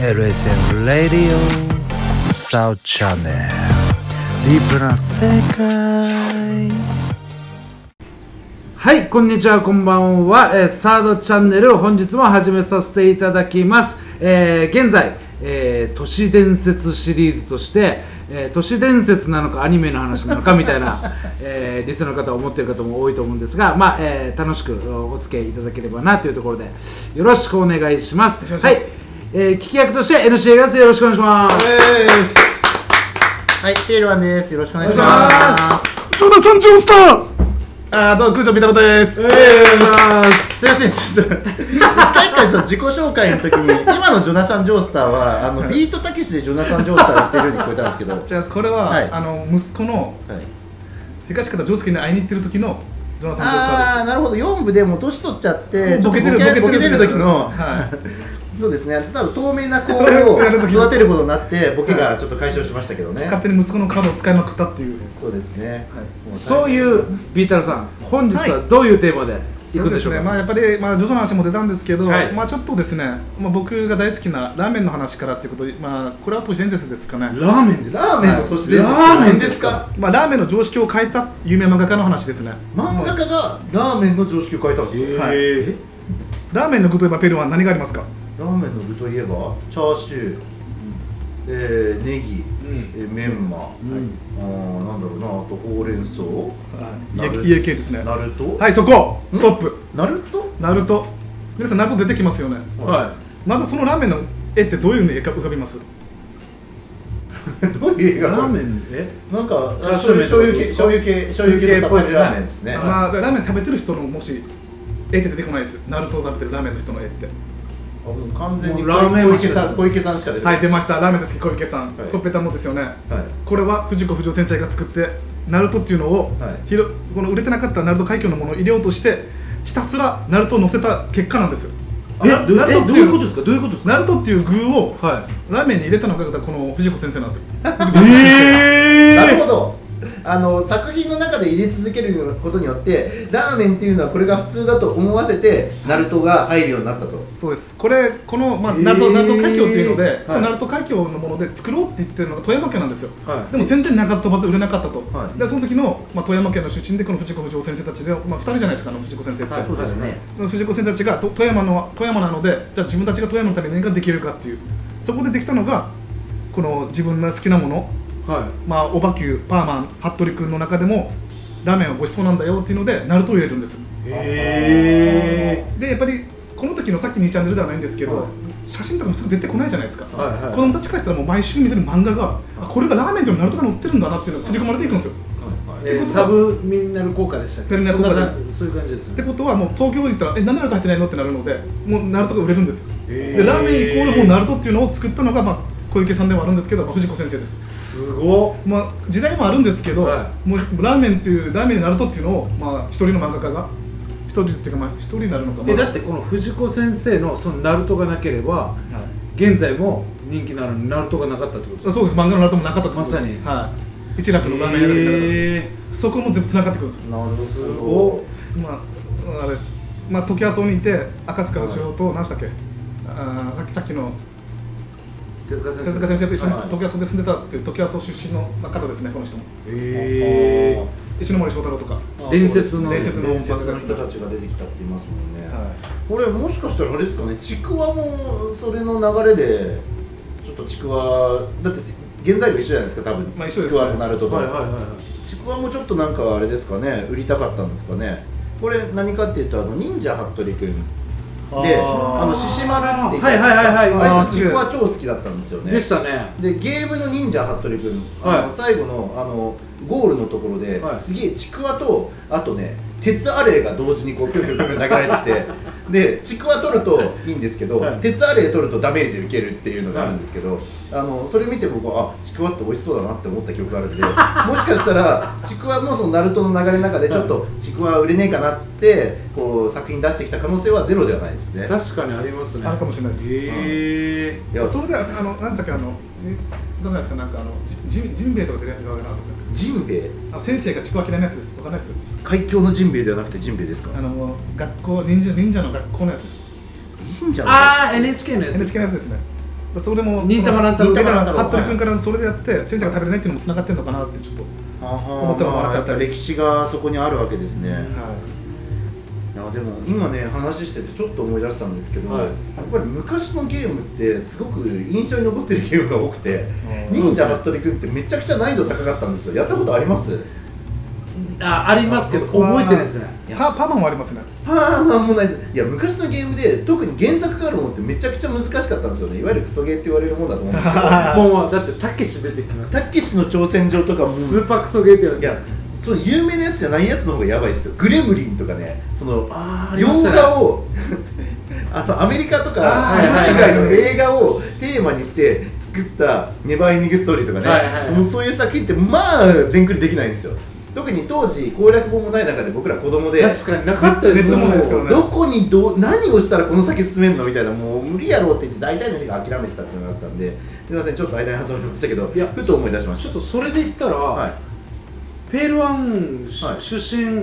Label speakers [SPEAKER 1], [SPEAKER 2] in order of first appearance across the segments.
[SPEAKER 1] LSM Radio サウチャンネルディープな世界
[SPEAKER 2] はい、こんにちは、こんばんは、えーサードチャンネル、本日も始めさせていただきます。えー現在、えー都市伝説シリーズとして、えー都市伝説なのかアニメの話なのかみたい な、えーリスナーの方は思っている方も多いと思うんですが、まあえー楽しくお付き合いいただければなというところで、よろしくお願いします。はい、えー聞き役として NCA ガスよろしくお願いします。
[SPEAKER 3] はい、ピエルワンです。よろしくお願いします。
[SPEAKER 4] ジョナサン・ジョンスターあーどうも、空城ピタロです。
[SPEAKER 3] すいません、ちょっと一回一回その自己紹介の時 に今のジョナサン・ジョースターはあのビートたけしでジョナサン・ジョースターやってるように聞こえたんですけど、は
[SPEAKER 4] じゃあ、これは、
[SPEAKER 3] はい
[SPEAKER 4] あの息子の
[SPEAKER 3] い、
[SPEAKER 4] 東方丈介に会いに行ってる時のジョナサン・ジョ
[SPEAKER 3] ああ
[SPEAKER 4] ース
[SPEAKER 3] なるほど4部でもう年取っちゃって
[SPEAKER 4] ターです。
[SPEAKER 3] ちょっとボケてる時の、
[SPEAKER 4] はい、
[SPEAKER 3] そうですねただ透明な子を育てることになってボケがちょっと解消しましたけどね
[SPEAKER 4] 勝手に息子のカードを使いまくったっていう。
[SPEAKER 3] そうですね、も
[SPEAKER 2] そういうビータルさん、本日はどういうテーマで
[SPEAKER 4] そ
[SPEAKER 2] いく
[SPEAKER 4] うん
[SPEAKER 2] で
[SPEAKER 4] で
[SPEAKER 2] しょ
[SPEAKER 4] すね、
[SPEAKER 2] うか
[SPEAKER 4] まあ、やっぱり、まあ、ジョジョの話も出たんですけど、
[SPEAKER 2] はい
[SPEAKER 4] まあ、ちょっとですね、まあ、僕が大好きなラーメンの話からっていうことで、まあ、これは都市伝説ですかね。
[SPEAKER 2] ラーメンです。
[SPEAKER 3] ラーメンの都市伝説
[SPEAKER 2] ラーメン
[SPEAKER 3] 何ですか
[SPEAKER 4] まあ、ラーメンの常識を変えた有名漫画家の話ですね。
[SPEAKER 3] 漫画家がラーメンの常識を変えたんですよ、
[SPEAKER 4] はい
[SPEAKER 3] え
[SPEAKER 4] ラーメンの具といえばペルーは何がありますか。
[SPEAKER 3] ラーメンの具といえばチャーシュー、えー、ネギ、えーメンマ、あーなんだろうなあとほうれん草
[SPEAKER 4] 家
[SPEAKER 3] なる
[SPEAKER 4] 家系ですね。
[SPEAKER 3] ナルト、
[SPEAKER 4] はい、そこ、ストップ。
[SPEAKER 3] ナルト
[SPEAKER 4] ナルト皆さんナルト出てきますよね
[SPEAKER 3] は
[SPEAKER 4] まずそのラーメンの絵ってどういうの絵が浮かびます
[SPEAKER 3] いどういう映画
[SPEAKER 2] ラーメンえ
[SPEAKER 3] なんか
[SPEAKER 2] チャーシュー
[SPEAKER 3] 醤油
[SPEAKER 2] 麺と
[SPEAKER 3] 醤
[SPEAKER 2] か
[SPEAKER 3] 油系醤油系醤油系のさっぱりラーメンですね、
[SPEAKER 4] まあ、ラーメン食べてる人のもし絵って出てこないですナルトを食べてるラーメンの人の絵って
[SPEAKER 3] あもう完全に
[SPEAKER 2] もうラーメン
[SPEAKER 3] 小池さん小池さんしか出てこ
[SPEAKER 4] は
[SPEAKER 3] ない
[SPEAKER 4] 出ましたラーメンの好き小池さん、
[SPEAKER 3] はい
[SPEAKER 4] ほっぺたもですよね
[SPEAKER 3] はい
[SPEAKER 4] これは藤子不二雄先生が作ってナルトっていうのを、
[SPEAKER 3] はい
[SPEAKER 4] ひろこの売れてなかったナルト海峡のものを入れようとしてひたすらナルトを乗せた結果なんですよ
[SPEAKER 2] え
[SPEAKER 4] ナ
[SPEAKER 2] ど
[SPEAKER 4] ナルトって
[SPEAKER 2] ういうことですかどういうことですか
[SPEAKER 4] ナルトっていう具を
[SPEAKER 2] は
[SPEAKER 4] ラーメンに入れたのがこの藤子先生なんですよ 藤子先
[SPEAKER 2] い
[SPEAKER 4] 生
[SPEAKER 3] なるほどあの作品の中で入れ続けることによってラーメンっていうのはこれが普通だと思わせてナルトが入るようになったと
[SPEAKER 4] そうですこれこの、まあ、
[SPEAKER 3] えー
[SPEAKER 4] ナルト、ナルト海峡っていうので、
[SPEAKER 3] はい
[SPEAKER 4] ナルト海峡のもので作ろうって言ってるのが富山県なんですよ、
[SPEAKER 2] はい
[SPEAKER 4] でも全然鳴かず飛ばず売れなかったと、
[SPEAKER 3] はい
[SPEAKER 4] でその時の、まあ、富山県の出身でこの藤子不二雄先生たちで、まあ、2人じゃないですかあの藤子先生って、
[SPEAKER 2] はいそうです
[SPEAKER 3] ね
[SPEAKER 4] 藤子先生たちがと富山の富山なのでじゃあ自分たちが富山のために何ができるかっていうそこでできたのがこの自分の好きなもの
[SPEAKER 2] は
[SPEAKER 4] まあ、オバキューパーマン服部君の中でもラーメンはごちそうなんだよっていうのでナルトを入れるんです
[SPEAKER 2] いへ
[SPEAKER 4] でやっぱりこの時のさっき2チャンネルではないんですけど、
[SPEAKER 2] はい
[SPEAKER 4] 写真とかもすぐ出てこないじゃないですか、
[SPEAKER 2] はいはい
[SPEAKER 4] 子供たちからしたらもう毎週見てる漫画が、あこれがラーメンでもナルトが載ってるんだなっていうのが刷り込まれていくんですよ
[SPEAKER 2] えーサブミナル効果でしたっけ
[SPEAKER 4] サブミナル効果だ
[SPEAKER 2] そういう感じです
[SPEAKER 4] っ
[SPEAKER 2] よ
[SPEAKER 4] て
[SPEAKER 2] ね
[SPEAKER 4] ことはもう東京に行ったらえ何ナルト入ってないのってなるのでもうナルトが売れるんですよ、
[SPEAKER 2] へー
[SPEAKER 4] でラーメンイコールもうナルトっていうのを作ったのが、まあ、小池さんではあるんですけど、まあ藤子先生です
[SPEAKER 2] すご
[SPEAKER 4] まあ、時代もあるんですけど、
[SPEAKER 2] は
[SPEAKER 4] もうラーメンっていうラーメンになるとっていうのを、まあ、一人の漫画家が一人っていうか、まあ、一人になるのか、
[SPEAKER 2] っ
[SPEAKER 4] ま
[SPEAKER 2] え
[SPEAKER 4] あ
[SPEAKER 2] だってこの藤子先生のそのナルトがなければ
[SPEAKER 4] はい
[SPEAKER 2] 現在も人気のあるナルトがなかったってことで
[SPEAKER 4] あそうです漫画のナルトもなかったと思います
[SPEAKER 2] まさに
[SPEAKER 4] はい、一楽の
[SPEAKER 2] す
[SPEAKER 4] ラー
[SPEAKER 2] か
[SPEAKER 4] メン屋がなかった
[SPEAKER 2] へ
[SPEAKER 4] そこも全部つながってくるんです
[SPEAKER 3] なる
[SPEAKER 2] す
[SPEAKER 3] ほ
[SPEAKER 2] ご
[SPEAKER 3] ど
[SPEAKER 4] まああれですまあ時はそうにいて赤塚不二夫と何でしたっけ、あーさっきさっきの
[SPEAKER 2] ー手塚先
[SPEAKER 4] 手
[SPEAKER 2] 生
[SPEAKER 4] 塚先生と一緒に
[SPEAKER 3] はい
[SPEAKER 4] 時はそうで住んでたっていう時はそう出身の方ですねこの人も
[SPEAKER 2] へー
[SPEAKER 4] 石ノ森章太郎とか
[SPEAKER 2] 伝説の
[SPEAKER 4] 伝説の
[SPEAKER 3] 伝説の人たちが出てきたって言いますもんね、
[SPEAKER 4] はい
[SPEAKER 3] これもしかしたらあれですかねちくわもそれの流れでちょっとちくわだって原材料一緒じゃないですか多分、
[SPEAKER 4] まあ一緒で
[SPEAKER 3] ち
[SPEAKER 4] すね
[SPEAKER 3] くわとなるとと、
[SPEAKER 2] はいはいはいはい
[SPEAKER 3] ちくわもちょっとなんかあれですかね売りたかったんですかねこれ何かっていうとあの忍者服部君で
[SPEAKER 2] あー
[SPEAKER 3] あの獅子丸って
[SPEAKER 2] はいはいはいはい
[SPEAKER 3] あい
[SPEAKER 4] あー
[SPEAKER 3] つちくわ超好きだったんですよね
[SPEAKER 2] でしたね
[SPEAKER 3] でゲームの忍者服部君、
[SPEAKER 2] はい
[SPEAKER 3] あの最後のあのゴールのところで、
[SPEAKER 2] はい
[SPEAKER 3] すげえちくわとあとね鉄アレイが同時にこうピュンピュンピュンピュン流れててでちくわ取るといいんですけど、
[SPEAKER 2] はい
[SPEAKER 3] 鉄アレイ取るとダメージ受けるっていうのがあるんですけど、あのそれ見て僕はあちくわって美味しそうだなって思った記憶があるんでもしかしたらちくわもそのナルトの流れの中でちょっとちくわ売れねえかなっつってこう作品出してきた可能性はゼロではないですね。
[SPEAKER 2] 確かにありますね
[SPEAKER 4] あるかもしれないです
[SPEAKER 2] へえ
[SPEAKER 3] いや
[SPEAKER 4] それであのなんでしたっけあのえどうなんですかなんかあのジジンベエとか出るやつがあるなと思って
[SPEAKER 3] ジンベエ
[SPEAKER 4] あの先生がちくわ嫌いなやつですわかんないです
[SPEAKER 3] 海峡のジンベエではなくてジンベエですか
[SPEAKER 4] あの学校忍者忍者の学校のやつです
[SPEAKER 3] 忍者の
[SPEAKER 2] ああ NHK のやつ
[SPEAKER 4] NHK のやつですねらそれも
[SPEAKER 2] 忍たま乱太郎
[SPEAKER 4] だから
[SPEAKER 3] 忍たま乱太
[SPEAKER 4] 服
[SPEAKER 3] 郎
[SPEAKER 4] 部君からそれでやって先生が食べれないっていうのもつながってるのかなってちょっと、
[SPEAKER 3] 思ったまあ、やっぱ歴史がそこにあるわけですね、いやでも今ね話しててちょっと思い出したんですけど、
[SPEAKER 2] はい
[SPEAKER 3] やっぱり昔のゲームってすごく印象に残ってるゲームが多くて
[SPEAKER 4] うん
[SPEAKER 3] 忍者服部君ってめちゃくちゃ難易度高かったんですよやったことあります
[SPEAKER 2] あありますけど
[SPEAKER 4] 僕は
[SPEAKER 2] 覚えてないですね
[SPEAKER 4] パパマンはありますね
[SPEAKER 3] はあなんもないいや昔のゲームで特に原作があるものってめちゃくちゃ難しかったんですよねいわゆるクソゲーって言われるもんだと思うんです けど
[SPEAKER 2] もうもうだってたけし出てきます
[SPEAKER 3] たけしの挑戦状とかも
[SPEAKER 2] スーパークソゲーって言われ
[SPEAKER 3] い
[SPEAKER 2] て
[SPEAKER 3] やそう有名なやつじゃないやつの方がやばいですよグレムリンとかねその
[SPEAKER 2] あーあり
[SPEAKER 3] 洋
[SPEAKER 2] ましたね
[SPEAKER 3] 画 をあとアメリカとか
[SPEAKER 2] あー
[SPEAKER 3] 世
[SPEAKER 2] はい
[SPEAKER 3] 界
[SPEAKER 2] はい
[SPEAKER 3] の
[SPEAKER 2] はい
[SPEAKER 3] 映画をテーマにして作った「ネバーエンディングストーリー」とかね、
[SPEAKER 2] はいはいはい
[SPEAKER 3] もうそういう作品ってまあ全クリできないんですよ特に当時攻略本もない中で僕ら子供で
[SPEAKER 2] 確かになかったです
[SPEAKER 4] 別のものですからね
[SPEAKER 3] どこにどう何をしたらこの先進めるのみたいなもう無理やろうって言って大体の人が諦めてたっていうのがあったんですみませんちょっと間に挟まれましたけど
[SPEAKER 2] いや
[SPEAKER 3] ふと思い出しまし
[SPEAKER 2] ちょ
[SPEAKER 3] た
[SPEAKER 2] っとそれで言ったら、
[SPEAKER 3] はい
[SPEAKER 2] ペールワンし、
[SPEAKER 3] はい
[SPEAKER 2] 出身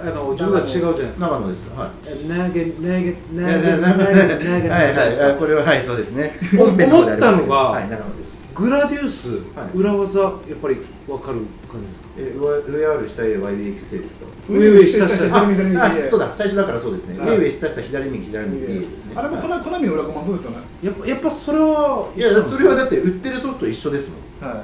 [SPEAKER 2] あの自分たち違うじゃないですか
[SPEAKER 3] 長野ですはい
[SPEAKER 2] 投げ投げ投
[SPEAKER 3] はい
[SPEAKER 2] げ投げ
[SPEAKER 3] はいはい、これははいそうです ね。本編の方でありますけど
[SPEAKER 2] 思ったのが
[SPEAKER 3] はい長野です。
[SPEAKER 2] グラディウス、
[SPEAKER 3] はい
[SPEAKER 2] 裏技やっぱり分かる感じで
[SPEAKER 3] え
[SPEAKER 2] すか
[SPEAKER 3] 上上ある下へ YBXA ですか。
[SPEAKER 2] 上上下下
[SPEAKER 3] あ
[SPEAKER 4] 左右左右
[SPEAKER 3] あそうだ最初だからそうですね。
[SPEAKER 4] はい
[SPEAKER 3] 上上下下左右左右ですね。
[SPEAKER 4] あれもコナコナミの裏コマンそうですよね
[SPEAKER 2] やっぱやっぱそれはい
[SPEAKER 3] やそれはだって売ってるソフト一緒ですもん。
[SPEAKER 4] は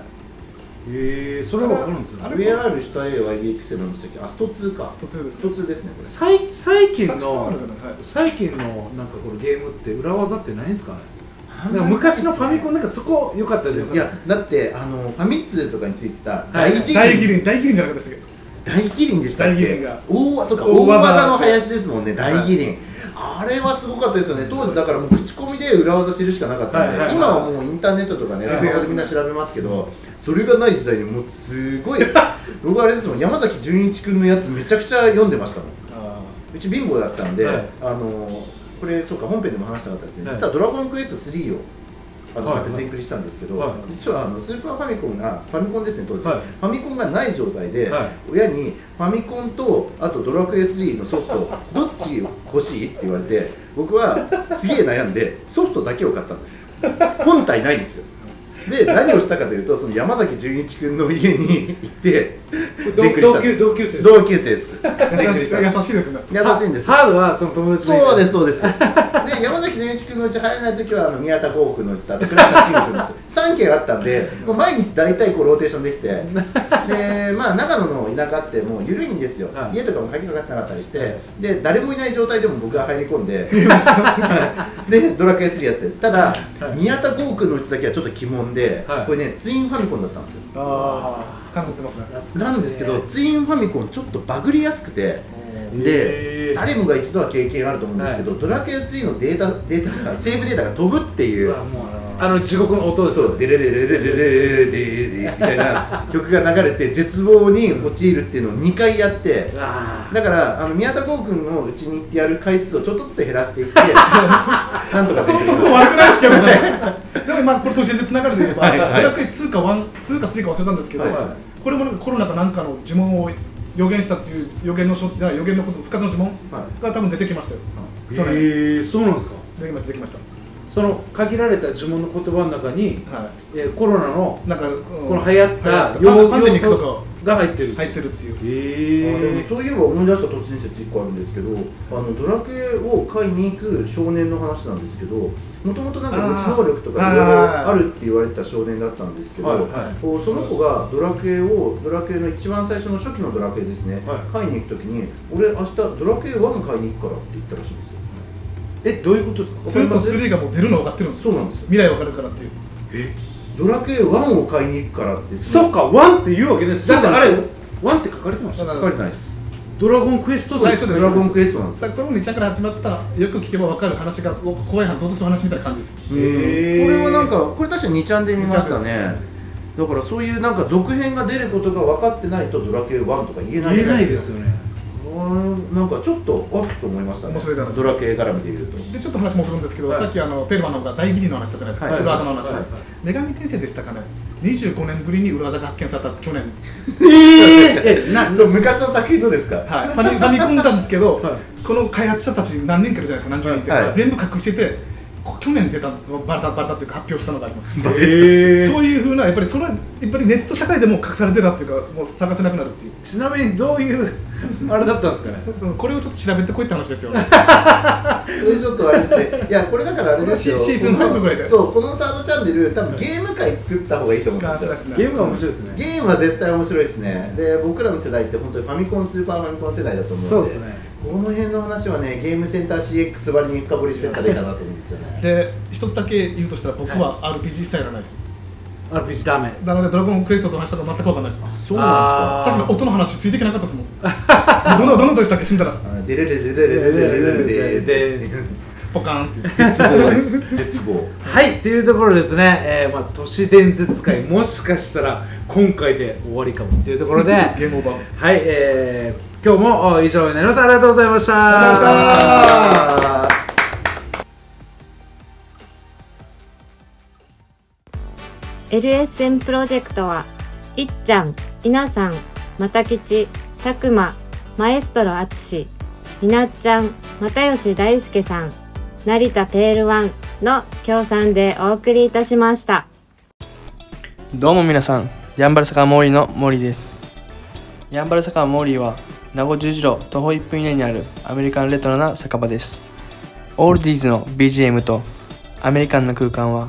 [SPEAKER 2] えー、それは分かるんです
[SPEAKER 4] あ
[SPEAKER 2] よ
[SPEAKER 4] れ
[SPEAKER 3] 上ある下へ YBXA なんでしたっけ？あスト2か
[SPEAKER 4] い。一つです
[SPEAKER 3] スト2ですねこれ。
[SPEAKER 2] 最最近
[SPEAKER 4] 下下あ
[SPEAKER 2] の
[SPEAKER 4] るじゃないはい
[SPEAKER 2] 最近のなんかこのゲームって裏技ってないんですかね
[SPEAKER 3] あ
[SPEAKER 2] なんん
[SPEAKER 3] まり
[SPEAKER 2] か
[SPEAKER 3] ない
[SPEAKER 2] 昔のファミコンなんかそこ良かったじゃない
[SPEAKER 3] い
[SPEAKER 2] ですか
[SPEAKER 3] やだってあのファミ通とかについてた
[SPEAKER 2] はい
[SPEAKER 3] 大事
[SPEAKER 4] 大麒麟大麒麟じゃなかったでしたっ
[SPEAKER 3] 大麒麟でしたっけ
[SPEAKER 4] 大麒麟が
[SPEAKER 3] 大そうか
[SPEAKER 4] 大
[SPEAKER 3] 大
[SPEAKER 4] 技
[SPEAKER 3] 技の林ですもんね大麒麟、あれはすごかったですよね当時だからもう口コミで裏技知るしかなかったんで、
[SPEAKER 2] はいはいはい
[SPEAKER 3] 今はもうインターネットとかね
[SPEAKER 4] はい
[SPEAKER 3] スマホでみんな調べますけどそれがない時代にもうすごい僕あれですもん山崎純一君のやつめちゃくちゃ読んでましたもん
[SPEAKER 4] けあ
[SPEAKER 3] うち貧乏だったんで、
[SPEAKER 2] はい
[SPEAKER 3] あのこれそうか本編でも話したかったですね、
[SPEAKER 2] はい
[SPEAKER 3] 実は「ドラゴンクエスト3」をあの
[SPEAKER 2] はい
[SPEAKER 3] 買って全クリしたんですけど、
[SPEAKER 2] はい
[SPEAKER 3] 実はあのスーパーファミコンがファミコンですね当時、
[SPEAKER 2] はい
[SPEAKER 3] ファミコンがない状態で、
[SPEAKER 2] はい
[SPEAKER 3] 親にファミコンとあと「ドラクエ3」のソフト どっち欲しいって言われて僕はすげえ悩んでソフトだけを買ったんですよ本体ないんですよで何をしたかというとその山崎純一君の家に行って全クリし
[SPEAKER 2] 同
[SPEAKER 3] たんで
[SPEAKER 2] 級
[SPEAKER 3] す
[SPEAKER 2] 同級生
[SPEAKER 3] 同級生です
[SPEAKER 4] あ
[SPEAKER 3] 全ク
[SPEAKER 4] 優
[SPEAKER 3] リ
[SPEAKER 4] し
[SPEAKER 3] し
[SPEAKER 4] い
[SPEAKER 3] たんです
[SPEAKER 4] 優しいですね
[SPEAKER 3] 優しいんですよ
[SPEAKER 2] ハードはその友達の家
[SPEAKER 3] そうです そうですで山崎純一君のうち入れない時はあの宮田幸福のうちとあと倉下慎吾君のうち3軒あったん でもう毎日大体こうローテーションできてでまあ長野の田舎ってもう緩いんですよ、
[SPEAKER 2] はい
[SPEAKER 3] 家とかも鍵かかってなかったりしてで誰もいない状態でも僕が入り込んででドラクエ3やってただ、
[SPEAKER 2] はい
[SPEAKER 3] 宮田幸福のうちだけはちょっと鬼門で、
[SPEAKER 2] はい
[SPEAKER 3] これねツインファミコンだったんですよ
[SPEAKER 4] ああ感動ってますね
[SPEAKER 3] なんですけどツインファミコンちょっとバグりやすくて
[SPEAKER 2] へ
[SPEAKER 3] で
[SPEAKER 2] ー
[SPEAKER 3] 誰もが一度は経験あると思うんですけど、ドラクエ3のデータデータがセーブデータが飛ぶっていうう
[SPEAKER 2] わもうあの地獄の音です
[SPEAKER 3] そうデレレレレレレレレレレレみたいな曲が流れて絶望に陥るっていうのを2回やって
[SPEAKER 2] うわ
[SPEAKER 3] だからあの宮田剛君のうちに行ってやる回数をちょっとずつ減らしていってなんとかで
[SPEAKER 4] そ
[SPEAKER 3] き
[SPEAKER 4] も
[SPEAKER 3] る
[SPEAKER 4] そも悪くないですけどねでもまあこれと全然つながるで言えば
[SPEAKER 3] はいはい
[SPEAKER 4] ドラクエ2か1 2か3か忘れたんですけど、
[SPEAKER 3] はい
[SPEAKER 2] は
[SPEAKER 4] これもなんかコロナかなんかの呪文を予言したっていう予言の書って予言のこと復活の呪文
[SPEAKER 3] は
[SPEAKER 4] が多分出てきましたよ、
[SPEAKER 2] へ
[SPEAKER 4] 去年
[SPEAKER 2] ーそうなんですか
[SPEAKER 4] 出てきました出てきました
[SPEAKER 2] その限られた呪文の言葉の中に、
[SPEAKER 4] は
[SPEAKER 2] えーコロナの
[SPEAKER 4] いなんか、
[SPEAKER 2] この流行った
[SPEAKER 4] 用
[SPEAKER 2] 要
[SPEAKER 4] パンデミックとか
[SPEAKER 2] 要素が入ってる
[SPEAKER 4] 入ってるっていう、
[SPEAKER 3] あで
[SPEAKER 2] へ
[SPEAKER 3] もそういえば思い出した突然説1個あるんですけどあのドラクエを買いに行く少年の話なんですけどもともとなんか無知能力とかいろいろあるって言われてた少年だったんですけど、
[SPEAKER 2] はいはい
[SPEAKER 3] こうその子がドラクエをドラクエの一番最初の初期のドラクエですね、
[SPEAKER 2] はい
[SPEAKER 3] 買いに行く時に俺明日ドラクエ1買いに行くからって言ったらしいんですよ
[SPEAKER 2] えどういうことですか
[SPEAKER 4] 2と3がもう出るの分かってるんですよ
[SPEAKER 3] そうなんですよ
[SPEAKER 4] 未来分かるからっていう
[SPEAKER 3] ドラクエ1を買いに行くからって
[SPEAKER 2] そっかワンって言うわけですだってあ
[SPEAKER 3] そう
[SPEAKER 2] れ
[SPEAKER 3] なんで
[SPEAKER 2] ワンって書かれてました
[SPEAKER 3] 書かれてないです
[SPEAKER 2] ドラゴンクエスト
[SPEAKER 4] 最初です
[SPEAKER 3] ドラゴンクエストなんです
[SPEAKER 4] だからこれも2ちゃんから始まったよく聞けば分かる話がこう怖い話どうする話みたいな感じです
[SPEAKER 2] へー
[SPEAKER 3] これはなんかこれ確か2ちゃんで見ましたねだからそういうなんか続編が出ることが分かってないと「ドラクエ1」とか言えない
[SPEAKER 2] 言えないですよね
[SPEAKER 3] うんなんかちょっとあっと思いましたね
[SPEAKER 4] 面白いな
[SPEAKER 3] ドラクエ絡みで言うと
[SPEAKER 4] でちょっと話戻るんですけど、
[SPEAKER 2] はい
[SPEAKER 4] さっきあのペルマの方が大義理の話だったじゃないですか、
[SPEAKER 3] はい
[SPEAKER 4] 裏技の話、
[SPEAKER 2] はいはい
[SPEAKER 4] 女神転生でしたかね25年ぶりに裏技が発見された去年、
[SPEAKER 2] ええな
[SPEAKER 3] そう昔の作品どうですか
[SPEAKER 4] はい、ファミファミコンなんですけど、
[SPEAKER 2] は
[SPEAKER 4] この開発者たち何人かいるじゃないですか何十人って、
[SPEAKER 3] はい
[SPEAKER 4] 全部隠しててこ去年出たバタバタっていうか発表したのがあります
[SPEAKER 2] え
[SPEAKER 4] そういうふうなやっぱりそれはやっぱりネット社会でもう隠されてたっていうかもう探せなくなるっていう
[SPEAKER 2] ちなみにどういうあれだったんですかね
[SPEAKER 4] そのこれをちょっと調べてこいって話ですよ ね
[SPEAKER 3] それちょっとあれですねいやこれだからあれですよ
[SPEAKER 4] シーズン
[SPEAKER 3] この
[SPEAKER 4] 5ぐらいだよ
[SPEAKER 3] そうこのサードチャンネル多分ゲーム界作った方がいいと思うんですよ
[SPEAKER 2] ゲームが面白いですね
[SPEAKER 3] ゲームは絶対面白いですねで僕らの世代って本当にファミコンスーパーファミコン世代だと思うので
[SPEAKER 2] そうですね
[SPEAKER 3] この辺の話はねゲームセンター CX 割に深掘りしてったらいいかなと思うんですよね
[SPEAKER 4] で一つだけ言うとしたら僕は RPG 一切やらないです
[SPEAKER 2] RPG ダメ
[SPEAKER 4] なのでドラゴンクエストと話したの全く分かんないです
[SPEAKER 3] そ
[SPEAKER 2] あ
[SPEAKER 4] さっきの音の話ついていけなかったですもんどのどの音でしたっけ死んだら
[SPEAKER 3] すかデレレレレレレレレレレレレ
[SPEAKER 4] ポカーンって
[SPEAKER 3] 絶望です絶望
[SPEAKER 2] はいというところですね、えーまあ、都市伝説会もしかしたら今回で終わりかもっていうところで
[SPEAKER 4] ゲームオーバー
[SPEAKER 2] はい、えー、今日もお以上になりますありがとうございました
[SPEAKER 4] ありがとうございました
[SPEAKER 3] あー
[SPEAKER 5] た LSM プロジェクトはいっちゃんいなさんまたきちたくまマエストロあつしみなっちゃん又吉大輔さん成田ペールワンの協賛でお送りいたしました。
[SPEAKER 6] どうも皆さん、ヤンバル坂モーリーのモーリーです。ヤンバル坂モーリーは、名護十字路徒歩1分以内にあるアメリカンレトロな酒場です。オールディーズの BGM とアメリカンな空間は、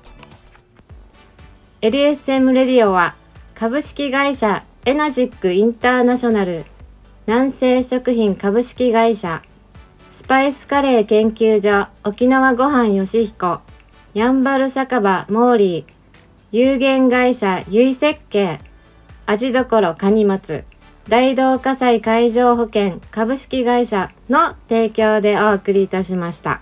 [SPEAKER 5] LSM レディオは株式会社エナジックインターナショナル南西食品株式会社スパイスカレー研究所沖縄ごはんよしひこやんばる酒場モーリー有限会社ゆい設計味どころかにまつ大同火災海上保険株式会社の提供でお送りいたしました。